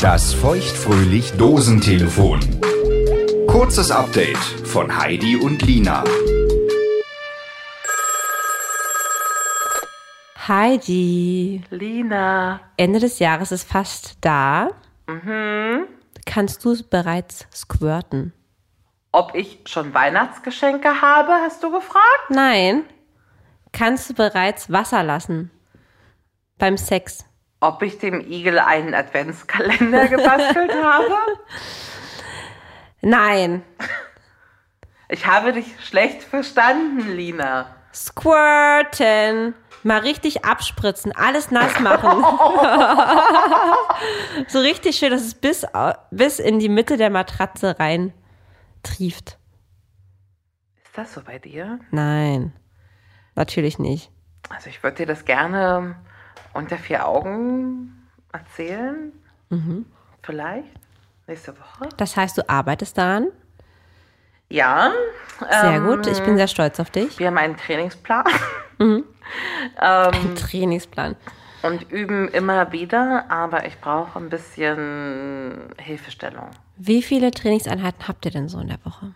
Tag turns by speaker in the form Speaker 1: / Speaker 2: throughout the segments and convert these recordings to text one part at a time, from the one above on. Speaker 1: Das feuchtfröhlich Dosentelefon. Kurzes Update von Heidi und Lina.
Speaker 2: Heidi,
Speaker 3: Lina.
Speaker 2: Ende des Jahres ist fast da. Kannst du bereits squirten?
Speaker 3: Ob ich schon Weihnachtsgeschenke habe, hast du gefragt?
Speaker 2: Nein. Kannst du bereits Wasser lassen? Beim Sex.
Speaker 3: Ob ich dem Igel einen Adventskalender gebastelt habe?
Speaker 2: Nein.
Speaker 3: Ich habe dich schlecht verstanden, Lina.
Speaker 2: Squirten. Mal richtig abspritzen, alles nass machen. so richtig schön, dass es bis, au- bis in die Mitte der Matratze rein trieft.
Speaker 3: Ist das so bei dir?
Speaker 2: Nein. Natürlich nicht.
Speaker 3: Also ich würde dir das gerne unter vier Augen erzählen.
Speaker 2: Mhm.
Speaker 3: Vielleicht? Nächste Woche?
Speaker 2: Das heißt, du arbeitest daran?
Speaker 3: Ja.
Speaker 2: Sehr
Speaker 3: ähm,
Speaker 2: gut. Ich bin Mhm. sehr stolz auf dich.
Speaker 3: Wir haben einen Trainingsplan Ähm,
Speaker 2: Ein Trainingsplan.
Speaker 3: und üben immer wieder, aber ich brauche ein bisschen Hilfestellung.
Speaker 2: Wie viele Trainingseinheiten habt ihr denn so in der Woche?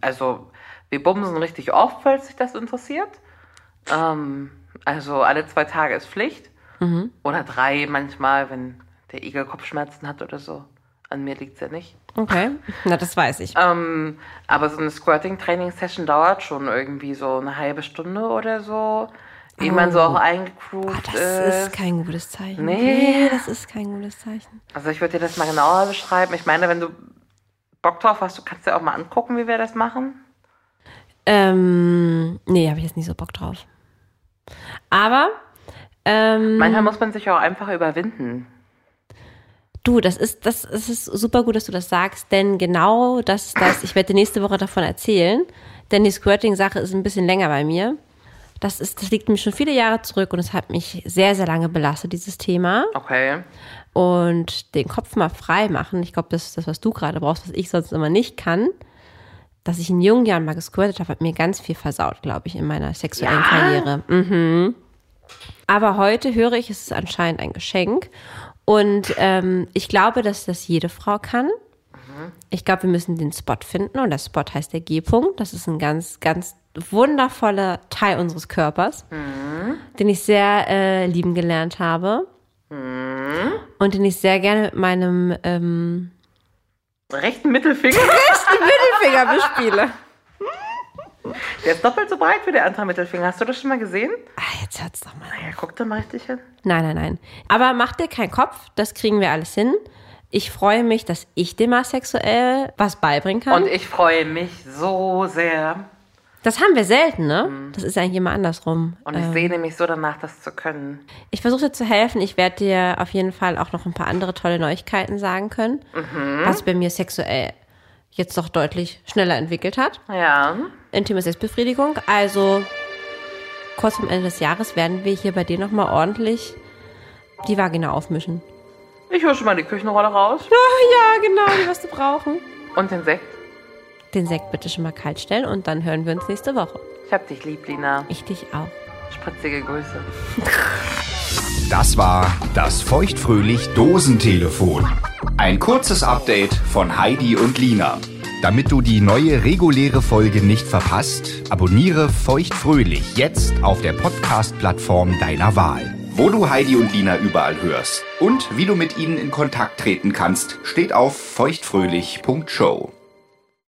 Speaker 3: Also, wir bumsen richtig oft, falls sich das interessiert. Ähm, also, alle zwei Tage ist Pflicht.
Speaker 2: Mhm.
Speaker 3: Oder drei manchmal, wenn der Igel Kopfschmerzen hat oder so. An mir liegt es ja nicht.
Speaker 2: Okay. Na, das weiß ich.
Speaker 3: Ähm, aber so eine Squirting-Training-Session dauert schon irgendwie so eine halbe Stunde oder so. Ehe man so auch eingegroovt
Speaker 2: Oh. Ah, Das
Speaker 3: ist.
Speaker 2: ist kein gutes Zeichen.
Speaker 3: Nee.
Speaker 2: Äh, Nee, das ist kein gutes Zeichen.
Speaker 3: Also, ich würde dir das mal genauer beschreiben. Ich meine, wenn du Bock drauf hast, du kannst dir auch mal angucken, wie wir das machen.
Speaker 2: Ähm, nee, habe ich jetzt nicht so Bock drauf. Aber, ähm,
Speaker 3: Manchmal muss man sich auch einfach überwinden.
Speaker 2: du, das ist, das, es ist super gut, dass du das sagst, denn genau das ist das. Ich werde dir nächste Woche davon erzählen, denn die Squirting-Sache ist ein bisschen länger bei mir. Das ist, das liegt mir schon viele Jahre zurück und es hat mich sehr, sehr lange belastet, dieses Thema.
Speaker 3: Okay.
Speaker 2: und den Kopf mal frei machen. Ich glaube, das ist das, was du gerade brauchst, was ich sonst immer nicht kann. Dass ich in jungen Jahren mal gesquirtet habe, hat mir ganz viel versaut, glaube ich, in meiner sexuellen Karriere. Mhm. Aber heute höre ich, es ist anscheinend ein Geschenk. Und ähm, ich glaube, dass das jede Frau kann. Ich glaube, wir müssen den Spot finden und der Spot heißt der G-Punkt. Das ist ein ganz, ganz wundervoller Teil unseres Körpers, den ich sehr äh, lieben gelernt habe und den ich sehr gerne mit meinem ähm,
Speaker 3: Rechten Mittelfinger?
Speaker 2: Mittelfinger bespiele.
Speaker 3: Der ist doppelt so breit wie der andere Mittelfinger. Hast du das schon mal gesehen?
Speaker 2: Ah, jetzt hört's doch mal.
Speaker 3: Ja, guck da mal richtig hin.
Speaker 2: Nein, nein, nein. Aber mach dir keinen Kopf, das kriegen wir alles hin. Ich freue mich, dass ich dir mal sexuell was beibringen kann.
Speaker 3: Und ich freue mich so sehr.
Speaker 2: das haben wir selten, ne? Das ist eigentlich immer andersrum.
Speaker 3: Mhm.
Speaker 2: Ähm,
Speaker 3: Und ich sehne mich so danach, das zu können.
Speaker 2: Ich versuche dir zu helfen. Ich werde dir auf jeden Fall auch noch ein paar andere tolle Neuigkeiten sagen können,
Speaker 3: Mhm.
Speaker 2: was bei mir sexuell jetzt doch deutlich schneller entwickelt hat.
Speaker 3: Ja.
Speaker 2: intime Selbstbefriedigung. Also kurz vom Ende des Jahres werden wir hier bei dir nochmal ordentlich die Vagina aufmischen.
Speaker 3: Ich hole schon mal die Küchenrolle raus.
Speaker 2: ja, genau, die wirst du brauchen.
Speaker 3: Und den Sekt.
Speaker 2: Den Sekt bitte schon mal kalt stellen und dann hören wir uns nächste Woche.
Speaker 3: Ich hab dich lieb, Lina.
Speaker 2: Ich dich auch.
Speaker 3: Spritzige Grüße.
Speaker 1: Das war das feuchtfröhlich Dosentelefon. Ein kurzes Update von Heidi und Lina. Damit du die neue reguläre Folge nicht verpasst, abonniere feuchtfröhlich jetzt auf der Podcast-Plattform deiner Wahl. Wo du Heidi und Lina überall hörst und wie du mit ihnen in Kontakt treten kannst, steht auf feuchtfröhlich.show.